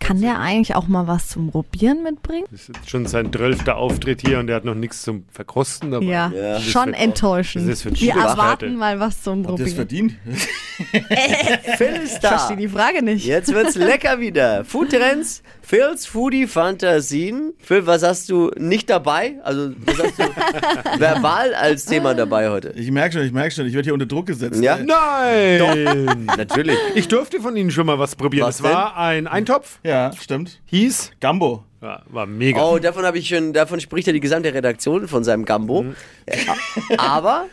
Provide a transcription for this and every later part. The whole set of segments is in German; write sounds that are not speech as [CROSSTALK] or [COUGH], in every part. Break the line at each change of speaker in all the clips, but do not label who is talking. Kann der eigentlich auch mal was zum Probieren mitbringen?
Das ist schon sein zwölfter Auftritt hier und er hat noch nichts zum Verkosten dabei.
Ja,
Ja.
schon
Das wird-
enttäuschend.
das ist für
Wir
Schüler-
erwarten mal was zum
Habt ihr es
Probieren. [LAUGHS]
verdient?
Phil ist
Ich
da.
verstehe die Frage nicht.
Jetzt wird's lecker wieder. Foodtrends, Phil's Foodie Fantasien. Phil, was hast du nicht dabei? Also, was hast du verbal als Thema dabei heute?
Ich merke schon, ich merke schon, ich werde hier unter Druck gesetzt.
Ja?
Äh,
Nein!
Natürlich.
Ich durfte von Ihnen schon mal was probieren.
Was
es war ein Eintopf,
Ja, stimmt.
hieß,
Gambo.
ja, war mega.
Oh, davon habe ich schon, davon spricht ja die gesamte Redaktion von seinem Gambo. Äh, Aber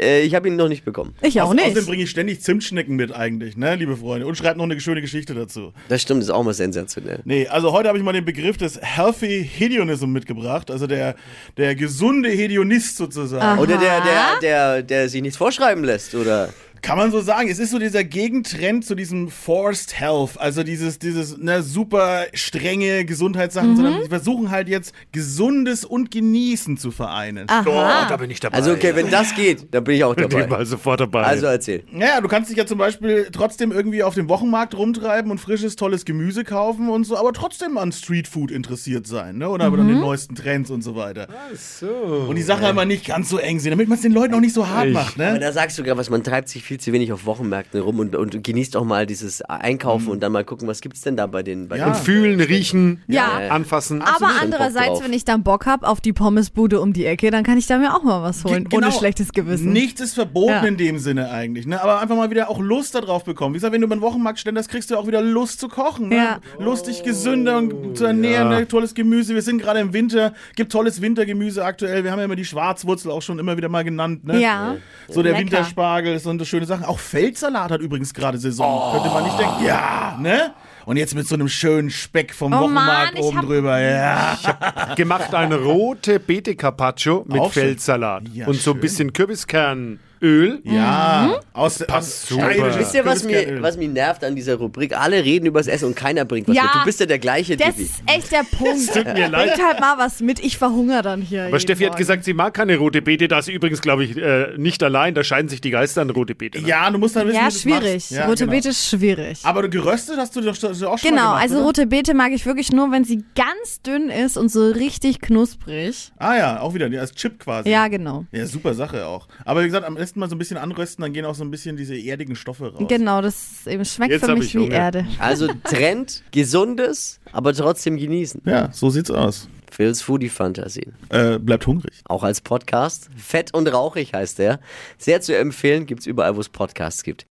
äh, ich habe ihn noch nicht bekommen.
Ich auch
Aus- Außerdem
nicht.
bringe ich ständig Zimtschnecken mit eigentlich, ne, liebe Freunde. Und schreibe noch eine schöne Geschichte dazu.
Das stimmt, ist auch mal sensationell.
Nee, also heute habe ich mal den Begriff des Healthy Hedionism mitgebracht. Also der, der gesunde Hedionist
Ah.
sozusagen.
Oder der, der, der, der sich nichts vorschreiben lässt, oder?
Kann man so sagen. Es ist so dieser Gegentrend zu diesem Forced Health, also dieses, dieses ne, super strenge Gesundheitssachen,
Mhm.
sondern die versuchen halt jetzt Gesundes und Genießen zu vereinen.
Ah.
Oh, da bin ich dabei.
Also, okay, wenn das geht, dann bin ich auch
ich bin
dabei.
mal sofort dabei.
Also erzähl.
Naja, du kannst dich ja zum Beispiel trotzdem irgendwie auf dem Wochenmarkt rumtreiben und frisches, tolles Gemüse kaufen und so, aber trotzdem an Streetfood interessiert sein, ne? Oder an den neuesten Trends und so weiter.
so.
Und die Sache immer nicht ganz so eng sehen, damit man es den Leuten auch nicht so hart
Ich-
macht,
Aber
ne?
da sagst du gerade was, man treibt sich viel zu wenig auf Wochenmärkten rum und, und genießt auch mal dieses Einkaufen und dann mal gucken, was gibt's denn da bei den. Bei
Ja.
den
Fühlen, riechen,
Ah. Ja.
anfassen.
Aber
Bock
andererseits,
drauf.
wenn ich dann Bock habe auf die Pommesbude um die Ecke, dann kann ich da mir auch mal was holen,
Genau.
ohne schlechtes Gewissen.
Nichts ist verboten
Ja.
in dem Sinne eigentlich, ne? Aber einfach mal wieder auch Lust darauf bekommen. Wie gesagt, wenn du über den Wochenmarkt ständerst, kriegst du auch wieder Lust zu kochen, ne?
Ja.
Lust, dich gesünder und zu ernähren,
Oh, ja.
ne? tolles Gemüse. Wir sind gerade im Winter, gibt tolles Wintergemüse aktuell. Wir haben ja immer die Schwarzwurzel auch schon immer wieder mal genannt, ne?
Ja.
So der
Lecker.
Winterspargel, so eine schöne Sache. Auch Feldsalat hat übrigens gerade Saison.
Oh.
Könnte man nicht denken. Ja, ne? Und jetzt mit so einem schönen Speck vom
Oh Mann,
Wochenmarkt
ich
oben
hab-
drüber. Ja.
Gemacht eine rote Bete Carpaccio mit
Auch schön.
Feldsalat
Ja,
und so ein
schön.
bisschen Kürbiskernöl.
Mhm.
ja. Aus, aus
Passt super.
steirisches
Wisst ihr, was mir,
Kürbiskernöl.
was mir nervt an dieser Rubrik? Alle reden übers Essen und keiner bringt was
Ja.
mit. Du bist ja der gleiche
Das
Tipi.
ist echt der Punkt.
tut mir leid.
Bringt halt mal was mit, ich verhungere dann hier.
Aber Steffi hat gesagt, sie mag keine rote Beete. Da ist sie übrigens, glaube ich, äh, nicht allein. Da scheiden sich die Geister an rote Beete. ne?
Ja, du musst dann wissen,
Ja,
wie du's
schwierig.
machst. Ja,
rote
genau.
Beete ist schwierig.
Aber du geröstet hast du doch schon- hast du auch schon mal
genau,
gemacht,
also
oder?
rote Beete mag ich wirklich nur, wenn sie ganz dünn ist und so richtig knusprig.
Ah ja, auch wieder, die als Chip quasi.
Ja, genau.
Ja, super Sache auch. Aber wie gesagt, am besten mal so ein bisschen anrösten, dann gehen auch so ein bisschen diese erdigen Stoffe raus.
Genau, das ist eben schmeckt
Jetzt
für
hab
mich
ich
wie
Hunger.
Erde.
Also
[LAUGHS]
Trend, gesundes, aber trotzdem genießen.
Ja, so sieht's aus.
Phil's Foodie Fantasien.
Äh, bleibt hungrig.
Auch als Podcast. Fett und rauchig heißt der. Sehr zu empfehlen, gibt's überall, wo es Podcasts gibt.